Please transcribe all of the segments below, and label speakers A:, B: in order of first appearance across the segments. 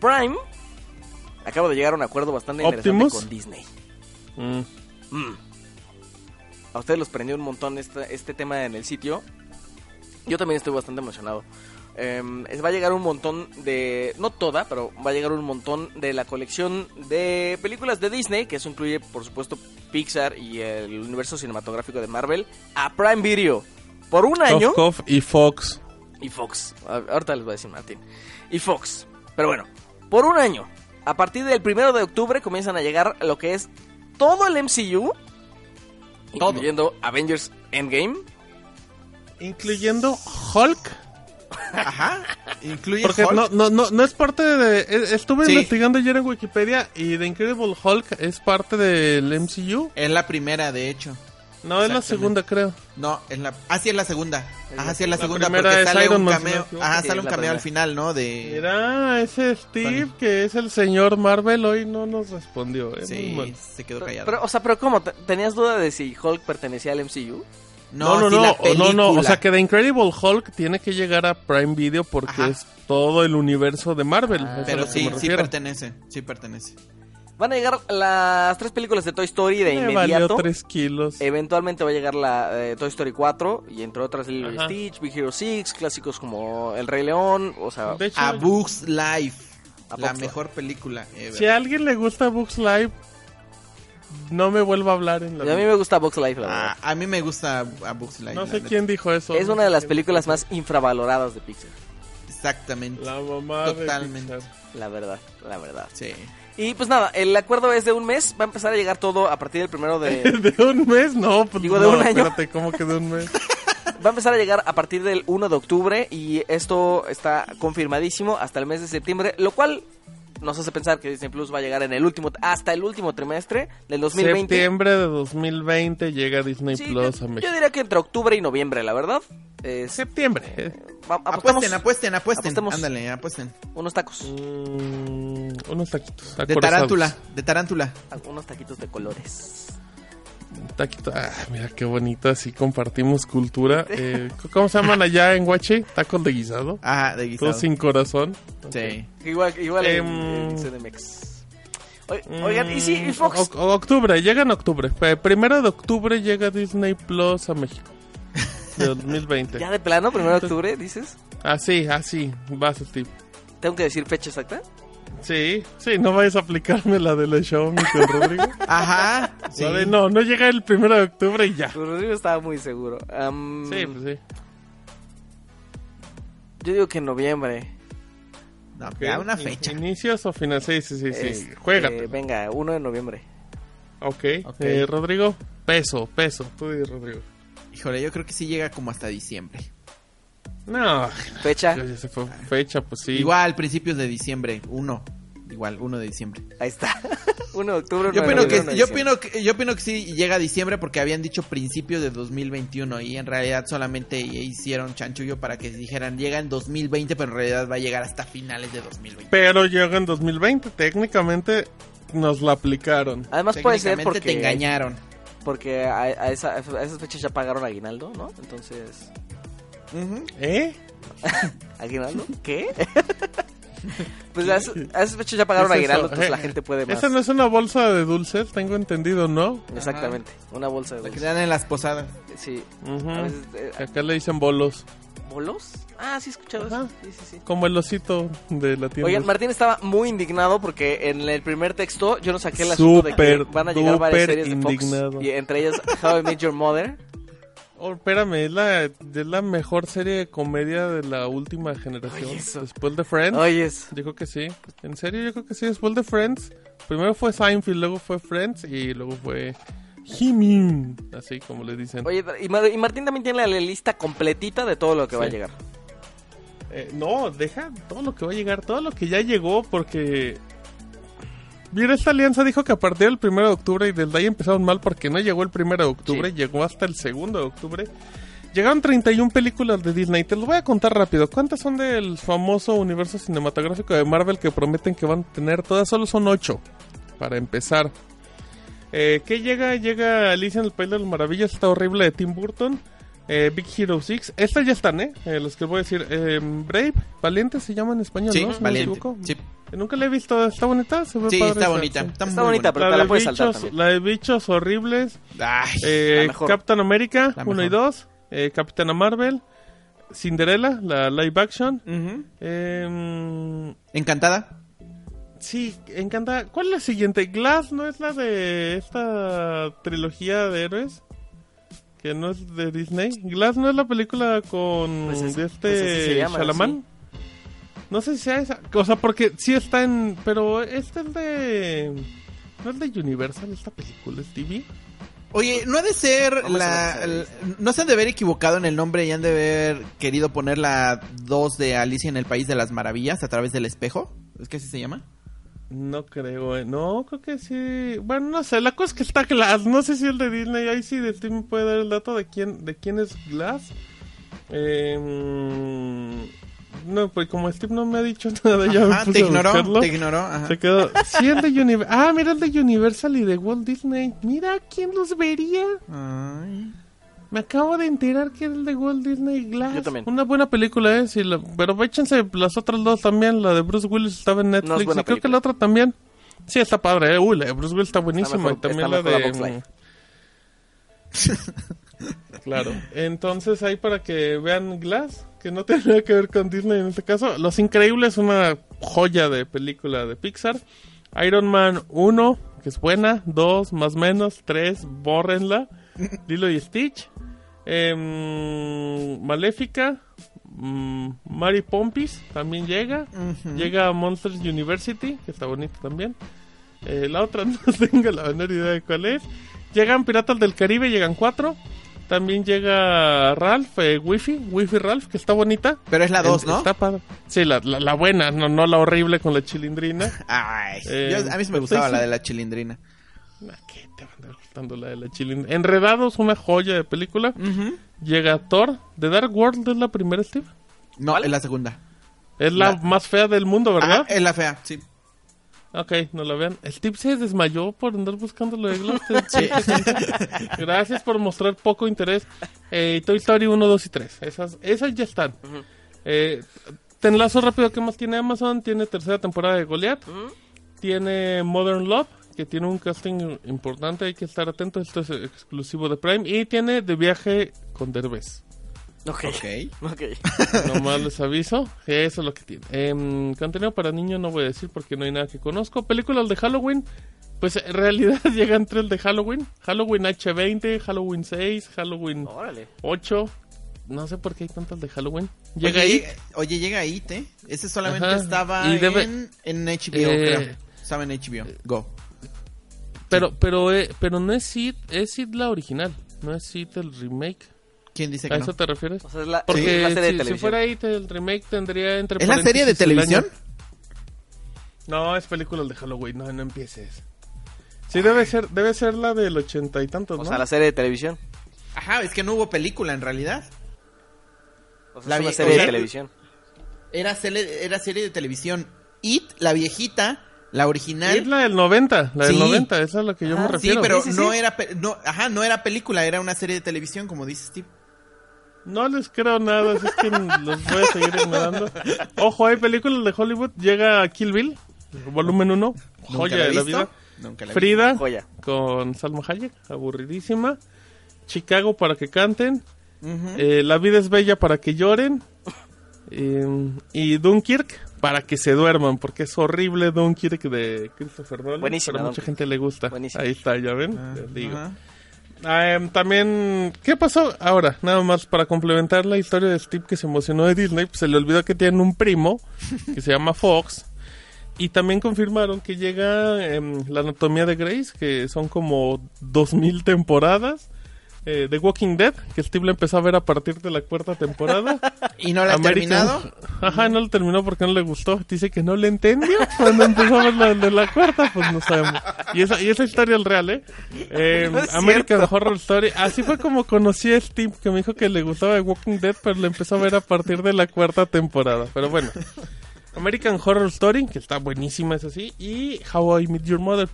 A: Prime acaba de llegar a un acuerdo bastante interesante
B: Optimus.
A: con Disney.
B: Mm.
A: Mm. A ustedes los prendió un montón esta- este tema en el sitio. Yo también estoy bastante emocionado. Em, es- va a llegar un montón de... No toda, pero va a llegar un montón de la colección de películas de Disney, que eso incluye, por supuesto, Pixar y el universo cinematográfico de Marvel, a Prime Video. Por un año...
B: Cough, cough y Fox.
A: Y Fox. A- Ahorita les voy a decir Martín. Y Fox. Pero bueno, por un año. A partir del primero de octubre comienzan a llegar lo que es todo el MCU.
B: Todo.
A: Incluyendo Avengers Endgame.
B: Incluyendo Hulk.
C: Ajá. Incluye
B: Porque
C: Hulk.
B: no, no, no, no es parte de... e- Estuve
C: Sí.
B: investigando ayer en Wikipedia y The Incredible Hulk es parte del MCU.
C: Es la primera, de hecho.
B: No, es la
C: Exactamente.
B: segunda, creo.
C: No, es la... Ah, sí, es la segunda.
A: Es
C: Ajá,
A: la-
C: sí, es la,
B: la
C: segunda
B: primera
C: porque
B: es
C: sale
B: Iron
C: un
B: Man, si no me
C: cameo.
B: equivoco.
C: Ajá,
A: Sí,
C: sale
A: es
C: un
A: la
C: cameo al
A: primera.
C: final, ¿no? De...
B: Mira, ese Steve,
C: Vale.
B: que es el señor Marvel, hoy no nos respondió. ¿eh?
C: Sí,
B: Muy mal.
C: se quedó callado.
A: Pero, o sea, pero ¿cómo? ¿Te- ¿Tenías duda de si Hulk pertenecía al MCU?
B: No, no,
C: sí,
B: no,
C: la
B: o- no, no, o
C: película.
B: sea que The Incredible Hulk tiene que llegar a Prime Video porque
C: Ajá.
B: es todo el universo de Marvel.
A: Ah.
B: eso es a
C: Pero
B: lo que
C: sí,
B: me
C: sí
B: refiero.
C: pertenece, sí pertenece.
A: Van a llegar las tres películas de Toy Story de
B: Me valió
A: inmediato.
B: 3 kilos.
C: Eh,
A: Eventualmente va a llegar la eh, Toy Story 4 y entre otras Lilo y
B: Ajá.
A: Stitch, Big Hero 6, clásicos como El Rey León, o sea,
B: De hecho,
C: A Bugs Life,
A: A
C: la
A: Bugs
C: mejor película ever. Ah,
B: si a alguien le gusta Books Live, no me vuelva a hablar en la
A: y a mí me gusta Box Life, la verdad.
C: Ah, a mí me gusta a Bugs Life.
B: No
C: la
B: sé
C: neta.
B: quién dijo eso.
A: Es
B: no
A: una
B: sé
A: de las
B: quién
A: películas
B: dijo
A: más infravaloradas de Pixar,
B: eso.
C: Exactamente.
B: La mamá de
C: Totalmente.
B: Pixar.
A: la verdad, la verdad.
C: Sí.
A: Y pues nada, el acuerdo es de un mes, va a empezar a llegar todo a partir del primero de...
B: ¿De un mes? No, pues
A: Digo, de
B: no,
A: un año.
B: espérate, ¿cómo que de un mes?
A: Va a empezar a llegar a partir del 1 de octubre y esto está confirmadísimo hasta el mes de septiembre, lo cual nos hace pensar que Disney Plus va a llegar en el último, hasta el último trimestre del 2020.
B: Septiembre de 2020 llega Disney
A: Sí,
B: Plus a
A: yo,
B: México.
A: yo diría que entre octubre y noviembre, la verdad. Es,
B: Septiembre. eh.
A: va- apostamos
C: Apuesten, apuesten, apuesten.
A: Apostemos.
C: Ándale, apuesten.
A: unos tacos,
B: Mm, unos taquitos.
C: De
B: acorazados.
C: tarántula, de tarántula.
A: unos taquitos de colores.
B: Taquito. Ah, mira qué bonito, así compartimos cultura. Eh, ¿Cómo se llaman allá en Guache? Tacos de guisado.
C: Ajá, de Ah, guisado.
B: Todos
C: Sí.
B: sin corazón.
A: Igual, igual en-
B: Em,
A: en CDMX. Oi-
B: Mm,
A: Oigan, y sí, y Fox.
B: o- o- octubre, llega en octubre. Pe- Primero de octubre llega Disney Plus a México. De 2020.
A: Ya de plano, primero
B: Pues,
A: de octubre, dices.
B: Así, así. Vas, Steve.
A: Tengo que decir fecha exacta.
B: Sí, sí, no vayas a aplicarme la de la show, mi tío Rodrigo.
C: Ajá. Sí.
B: La de, no, no llega el primero de octubre y ya.
A: Pero Rodrigo estaba muy seguro. Am,
B: Sí, pues sí.
A: Yo digo que en noviembre.
C: No, ya una
B: In-
C: fecha.
B: ¿Inicios o finales? Sí, sí, sí. sí.
A: Este,
B: Juégate.
A: venga, 1 de noviembre.
B: Ok.
C: Ok.
B: Eh, Rodrigo, peso, peso. Tú di, Rodrigo.
C: Híjole, yo creo que sí llega como hasta diciembre.
B: No,
A: Fecha,
B: ya se fue fecha, pues sí.
C: Igual, principios de diciembre, uno. Igual, 1 de diciembre.
A: ahí está. 1 de octubre.
C: Yo
A: uno de
C: opino,
A: noviembre,
C: que,
A: uno de
C: yo,
A: diciembre.
C: opino que, yo opino que sí llega a diciembre porque habían dicho principios de 2021 y en realidad solamente hicieron chanchullo para que dijeran llega en 2020 pero en realidad va a llegar hasta finales de 2020.
B: Pero llega en 2020. Técnicamente nos la aplicaron.
A: Además puede ser
C: Técnicamente
A: porque,
C: te engañaron.
A: porque a, a esa- a esas fechas ya pagaron aguinaldo, ¿no? Entonces,
B: ¿Eh?
A: ¿aguinaldo? ¿Qué? pues a esas, a esas fechas ya pagaron
B: ¿Qué es
A: aguinaldo,
B: eso?
A: entonces la
B: Eh,
A: gente puede más.
B: Esa no es una bolsa de dulces, tengo entendido, ¿no?
A: Exactamente, una bolsa de
C: La que
A: dulces.
C: dan en las posadas.
A: Sí,
B: Ujú.
A: a veces... eh,
B: Acá le dicen bolos.
A: ¿Bolos? Ah, sí, he escuchado
B: Ajá.
A: eso. Sí, sí, sí.
B: Como el osito de la tienda.
A: Oigan, Martín estaba muy indignado porque en el primer texto yo no saqué el asunto de
B: Súper,
A: que van a llegar varias
B: duper
A: series de Fox.
B: indignado.
A: Y entre ellas How I Met Your Mother.
B: Oh, espérame, es la, es la mejor serie de comedia de la última generación.
A: Oye, eso.
B: Después de Friends.
A: Oyes.
B: Yo creo que sí. En serio, yo creo que sí. Después de Friends, primero fue Seinfeld, luego fue Friends y luego fue Jimin. Así como le dicen.
A: Oye, y, Mar- y Martín también tiene la lista completita de todo lo que va a
B: Sí.
A: llegar.
B: Eh, no, deja todo lo que va a llegar, todo lo que ya llegó, porque. Mira, esta alianza dijo que a partir del 1 de octubre y desde ahí empezaron mal porque no llegó el 1 de octubre,
A: Sí.
B: llegó hasta el 2 de octubre. Llegaron 31 películas de Disney. Te los voy a contar rápido. ¿Cuántas son del famoso universo cinematográfico de Marvel que prometen que van a tener? Todas solo son 8, para empezar. Eh, ¿Qué llega? Llega Alicia en el País de las Maravillas, está horrible de Tim Burton. eh, Big Hero 6. Estas ya están, ¿eh? Eh, Los que voy a decir. eh, Brave, Valiente se llama en español,
C: Sí,
B: ¿no? Si no me
C: valiente.
B: equivoco.
C: Sí.
B: Nunca la he visto. ¿Está bonita? Se ve
C: Sí,
B: padre
C: está
B: esa,
C: bonita.
B: sí.
C: Está,
A: Está
C: muy
A: bonita,
C: bonita.
A: pero
B: La
A: te la
B: de,
A: puedes saltar
B: bichos,
A: también.
B: la de bichos horribles.
C: Ay,
B: eh,
A: la mejor.
B: Captain America
C: La
B: 1 y
C: mejor.
B: 2. eh, Capitana Marvel. Cinderella, la live action.
C: ujú.
B: Eh,
C: Encantada.
B: sí, encanta. ¿Cuál es la siguiente? Glass no es la de esta trilogía de héroes. Que no es de Disney. Glass no es la película con
A: Pues es-
B: de
A: pues así
B: este
A: se llama,
B: Shalamán. No sé si sea esa. O sea, porque sí está en. Pero este es de. No es de Universal esta película, es TV.
C: Oye, no ha de ser
A: Vamos a
C: la,
A: ver
C: l- No se han de haber equivocado en el nombre y han de haber querido poner la 2 de Alicia en el País de las Maravillas a través del espejo. ¿Es que así se llama?
B: No creo, eh. no, creo que sí. Bueno, no sé, la cosa es que está Glass. No sé si el de Disney, ahí sí, de Steve me puede dar el dato de quién, de quién es Glass. Eh, mm, no, pues como Steve no me ha dicho nada, ya me
C: Ajá,
B: puse
C: te
B: a
C: ignoró,
B: buscarlo.
C: te ignoró. ajá.
B: Se quedó. Sí, el de Universal. Ah, mira el de Universal y de Walt Disney. Mira, ¿quién los vería?
C: Ay.
B: Me acabo de enterar que era el de Walt Disney Glass.
A: Yo también.
B: Una buena película, ¿eh? Sí, la- Pero échense las otras dos también. La de Bruce Willis estaba en Netflix.
A: No es buena
B: y creo que
A: película.
B: la otra también. Sí, está padre, ¿eh? Uy, la de Bruce Willis está buenísima.
A: mejor-
B: y también
A: está
B: la
A: mejor la
B: de.
A: Box Life.
B: mm, claro. Entonces, ahí para que vean Glass, que no tiene nada que ver con Disney en este caso. Los Increíbles, una joya de película de Pixar. Iron Man 1, que es buena. 2, más menos. 3, bórrenla. Lilo y Stitch. Em, Maléfica. mm, Mary Pompis también llega.
C: Ujú.
B: Llega a Monsters University, que está bonito también. Eh, la otra no tengo la menor idea de cuál es. Llegan Piratas del Caribe, llegan cuatro. También llega Ralph, eh, Wifi, Wifi Ralph, que está bonita.
C: Pero es la 2,
B: Eh,
C: ¿no?
B: Está padre. Sí, la, la- la buena, no, no la horrible con la chilindrina.
C: Ay,
B: Eh,
C: yo- a mí sí me
B: pues,
C: gustaba
B: sí,
C: la
B: sí.
C: de la chilindrina.
B: Ah, ¿Qué te va a andar gustando la de la chilindrina? Enredados, una joya de película.
C: Ujú.
B: Llega Thor. The Dark World es la primera, Steve.
C: No,
A: ¿Cuál?
C: es la segunda.
B: Es la,
C: La-
B: más fea del mundo, ¿verdad?
C: Ah, es la fea, sí.
B: Ok, no la vean. El tip se desmayó por andar buscando lo de Gloucester.
C: Sí.
B: Gracias por mostrar poco interés. Eh, Toy Story 1, 2 y 3. Esas, esas ya están.
A: Ujú.
B: Eh, te enlazo rápido qué más tiene Amazon. Tiene tercera temporada de Goliath. Tiene Modern Love, que tiene un casting importante. Hay que estar atento. Esto es exclusivo de Prime. Y tiene De viaje con Derbez.
A: Ok.
C: ok.
A: Ok.
B: Nomás les aviso. Eso es lo que tiene. Em, contenido para niños no voy a decir porque no hay nada que conozco. Películas de Halloween. Pues en realidad llegan tres de Halloween. Halloween H20, Halloween 6, Halloween
A: Órale.
B: 8. No sé por qué hay tantas de Halloween. Llega
C: Llega oye, eh,
B: ahí.
C: Llega, oye, llega ahí, ¿te? Ese solamente
B: Ajá.
C: estaba
B: Y debe-
C: en, en HBO,
B: Eh.
C: creo. Estaba en HBO. Go.
B: Pero, pero, eh, pero no es Sid, es Sid la original. No es Sid el remake.
C: ¿Quién dice
B: ¿A
C: que no?
B: eso te refieres?
A: O sea, es la, es
B: Porque
A: la serie de
B: si- si,
A: televisión.
B: fuera ahí, te- el remake tendría entre
C: ¿Es la serie de
B: paréntesis el año.
C: televisión?
B: No, es película de Halloween, no, no empieces. Sí, debe ser, debe ser la del ochenta y tantos, ¿no?
A: O sea, la serie de televisión.
C: Ajá, es que no hubo película en realidad.
A: O sea,
C: La
A: es una
C: vi-
A: serie
C: o
A: de
C: sea-
A: televisión.
C: Era, sele- era serie de televisión. It, la viejita, la original.
B: Es la del 90, la del
C: Sí.
B: 90, esa es a la que yo me
A: Ah,
C: Sí,
B: refiero.
C: pero
A: Sí, sí,
C: no
A: sí.
C: era pe- no, ajá, no era película, era una serie de televisión, como dice Steve.
B: No les creo nada, así es que los voy a seguir ignorando. Ojo, hay películas de Hollywood, llega Kill Bill, volumen 1,
C: Nunca
B: joya
C: la he
B: de la
C: visto,
B: vida.
C: Nunca la he
B: Frida,
A: Joya.
B: con Salma Hayek, aburridísima. Chicago para que canten.
C: visto. Ujú.
B: Eh, La vida es bella para que lloren. Eh, y Dunkirk para que se duerman, porque es horrible Dunkirk de Christopher Nolan.
A: Buenísima,
B: pero a mucha
A: Dunkirk.
B: gente le gusta.
A: Buenísima.
B: Ahí está, ya ven. les eh, digo.
C: Ajá.
B: Ah, em, también, ¿qué pasó? Ahora, nada más para complementar la historia de Steve que se emocionó de Disney, pues se le olvidó que tienen un primo que se llama Fox. Y también confirmaron que llega em, la anatomía de Grace, que son como 2000 temporadas. Eh, The Walking Dead, que Steve la empezó a ver a partir de la cuarta temporada.
C: ¿Y no la ha
B: American-
C: terminado?
B: Ajá, no lo terminó porque no le gustó. Dice que no le entendió cuando empezó a ver la de la cuarta, pues no sabemos. Y esa, y esa historia es real, ¿eh? Eh,
A: No es
B: American Horror Story. Así fue como conocí a Steve, que me dijo que le gustaba The Walking Dead, pero le empezó a ver a partir de la cuarta temporada. Pero bueno. American Horror Story, que está buenísima, es así. Y How I Meet Your Mother.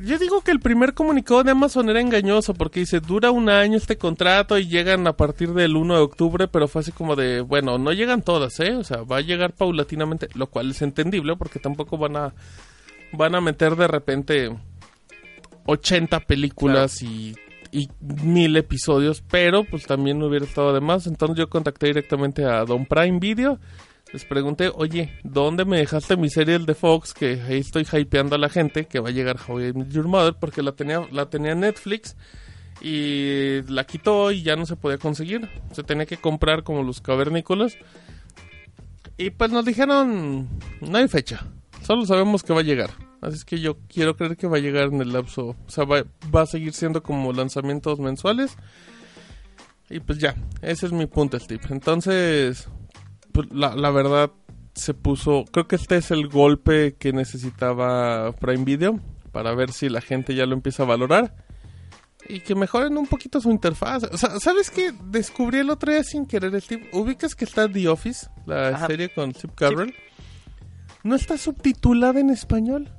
B: Yo digo que el primer comunicado de Amazon era engañoso porque dice, dura un año este contrato y llegan a partir del 1 de octubre, pero fue así como de, bueno, no llegan todas, ¿eh? O sea, va a llegar paulatinamente, lo cual es entendible porque tampoco van a, van a meter de repente 80 películas y, y mil episodios, pero pues también no hubiera estado de más. Entonces yo contacté directamente a Don Prime Video. Les pregunté, oye, ¿dónde me dejaste mi serie el de Fox? Que ahí estoy hypeando a la gente que va a llegar How I Met Your Mother porque la tenía, la tenía Netflix y la quitó y ya no se podía conseguir. Se tenía que comprar como los cavernícolas. Y pues nos dijeron, no hay fecha, solo sabemos que va a llegar. Así es que yo quiero creer que va a llegar en el lapso. O sea, va, va a seguir siendo como lanzamientos mensuales. Y pues ya, ese es mi punto, el tip. Entonces, pues, la, la verdad se puso. Creo que este es el golpe que necesitaba Prime Video para ver si la gente ya lo empieza a valorar y que mejoren un poquito su interfaz. O sea, ¿sabes qué? Descubrí el otro día sin querer, Steve. Ubicas que está The Office, la
A: Ajá.
B: serie con Steve Carell. No está subtitulada en español.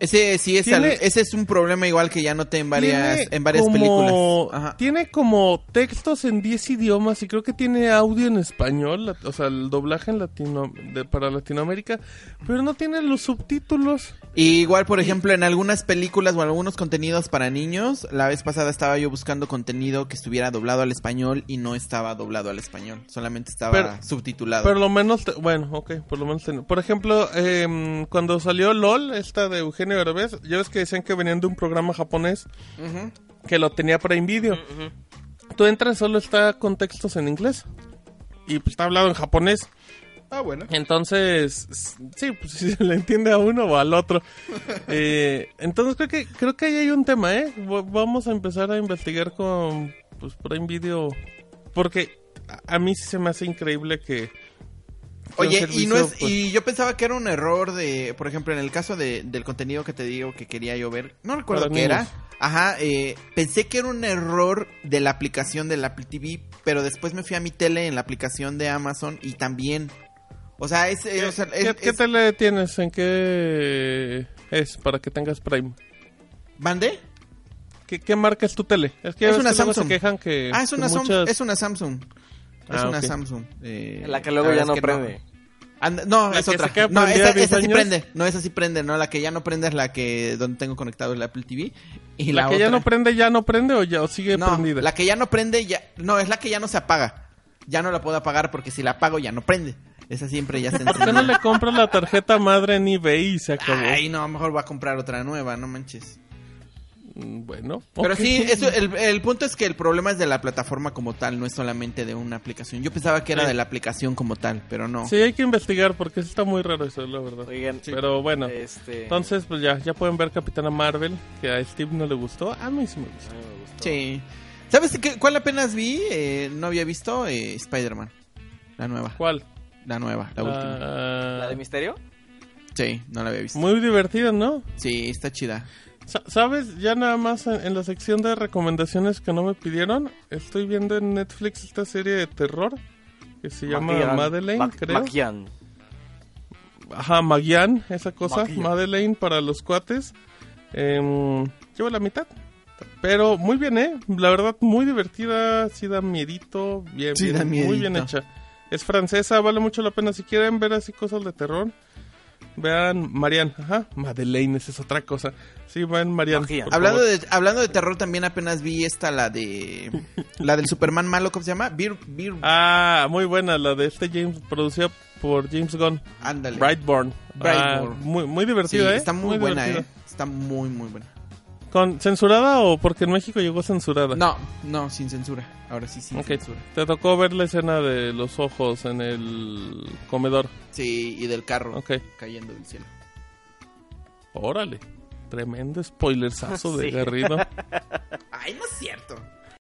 C: Ese sí es,
B: Tiene-
C: al- ese es un problema igual que ya noté en varias,
B: Tiene
C: en varias
B: como-
C: películas. Ajá.
B: Tiene como textos en 10 idiomas y creo que tiene audio en español, la- o sea, el doblaje en latino de- para Latinoamérica, pero no tiene los subtítulos.
C: Y igual, por ejemplo, en algunas películas o algunos contenidos para niños, la vez pasada estaba yo buscando contenido que estuviera doblado al español y no estaba doblado al español, solamente estaba
B: Pero-
C: subtitulado.
B: Por lo menos, te- bueno, ok, por lo menos. ten- por ejemplo, em, cuando salió LOL, esta de Eugenio Derbez, ya ves que decían que venían de un programa japonés
C: Ujú.
B: que lo tenía Prime Video. Tú entras, solo está con textos en inglés y pues, está hablado en japonés.
D: Ah, bueno.
B: Entonces, s- sí, pues si se le entiende a uno o al otro. Eh, entonces creo que creo que ahí hay un tema, ¿eh? Va- Vamos a empezar a investigar con pues Prime Video porque a- a mí sí se me hace increíble que que un
C: Oye, y
B: servicio,
C: no es,
B: pues,
C: y yo pensaba que era un error de, por ejemplo, en el caso de- del contenido que te digo que quería yo ver, no recuerdo
B: Para
C: qué era.
B: niños.
C: Ajá, eh, pensé que era un error de la aplicación del Apple TV, pero después me fui a mi tele en la aplicación de Amazon y también. O sea, es, eh, o sea,
B: pues, ¿Qué,
C: es-
B: qué
C: es-
B: tele tienes? ¿En qué es para que tengas Prime?
C: ¿Mandé?
B: ¿Qué, qué marca es tu tele? Es que,
C: Es
B: ves
C: una
B: que luego
C: Samsung.
B: se quejan que
C: Ah, es una,
B: que
C: Sam-
B: muchas-
C: es una Samsung. Es
B: Ah,
C: una
B: ok.
C: Samsung. eh,
A: La que luego
C: verdad
A: ya
C: es
A: no
C: que
A: prende.
C: Anda- no,
B: La
C: es
B: que se
C: otra.
B: queda
C: No,
B: prendida
C: esa,
B: 10
C: esa sí
B: años.
C: prende. No, esa sí prende. No, la que ya no prende es la que donde tengo conectado el Apple TV. Y
B: la,
C: la,
B: que ya
C: otra-
B: no prende, ya no prende o ya o sigue
C: No,
B: prendida.
C: La que ya no prende, ya. No, es la que ya no se apaga. Ya no la puedo apagar porque si la apago ya no prende. Esa siempre ya está
B: ¿Por qué no
C: encendida.
B: le compras la tarjeta madre en eBay y se acabó?
C: Ay, no, mejor voy a comprar otra nueva, no manches.
B: Mm, Bueno.
C: Pero
B: ok.
C: sí, eso- el, el punto es que el problema es de la plataforma como tal, no es solamente de una aplicación. Yo pensaba que era
B: Sí.
C: de la aplicación como tal, pero no.
B: Sí, hay que investigar porque sí está muy raro eso, la verdad.
A: Oigan,
B: Pero bueno.
A: este...
B: Entonces, pues ya, ya pueden ver Capitana Marvel, que a Steve no le gustó. A mí sí me gustó.
A: a mí me gustó.
C: Sí. ¿Sabes qué, cuál apenas vi? Eh, no había visto eh, Spider-Man. La nueva.
B: ¿Cuál?
C: La nueva, la última.
B: Ah,
A: ¿La de Misterio?
C: Sí, no la había visto.
B: Muy divertida, ¿no?
C: Sí, está chida.
B: Sa- ¿Sabes? Ya nada más en, en la sección de recomendaciones que no me pidieron, estoy viendo en Netflix esta serie de terror que se llama
A: Maquillan.
B: Madeleine,
A: Mac-
B: creo.
A: Maquillan.
B: Ajá, Magian, esa cosa.
A: Maquillan.
B: Madeleine para los cuates. Em, llevo la mitad. Pero muy bien, ¿eh? La verdad, muy divertida. Sí da miedito. Bien,
C: Sí
B: bien,
C: da miedito.
B: Muy bien hecha. Es francesa, vale mucho la pena. Si quieren ver así cosas de terror, vean Marianne. Ajá, Madeleine, esa es otra cosa. Sí, vean Marianne.
A: Maquillan.
B: por
C: Hablando
B: favor.
C: de, hablando de terror, también apenas vi esta, la de. La del Superman malo, ¿cómo se llama? Beer. Beer.
B: Ah, muy buena, la de este James, producida por James Gunn.
C: ándale.
B: Brightborn.
C: Brightburn.
B: Ah, muy, muy
C: Sí,
B: divertida, ¿eh?
C: está muy, buena,
B: divertida.
C: ¿eh? Está muy, muy buena.
B: ¿Con censurada o porque en México llegó censurada?
C: No, no, sin censura. Ahora sí, sin
B: Ok.
C: censura.
B: Te tocó ver la escena de los ojos en el comedor.
C: Sí, y del carro
B: Ok.
C: cayendo del cielo.
B: Órale. Tremendo spoilersazo de
A: Sí.
B: Garrido.
C: Ay, no es cierto.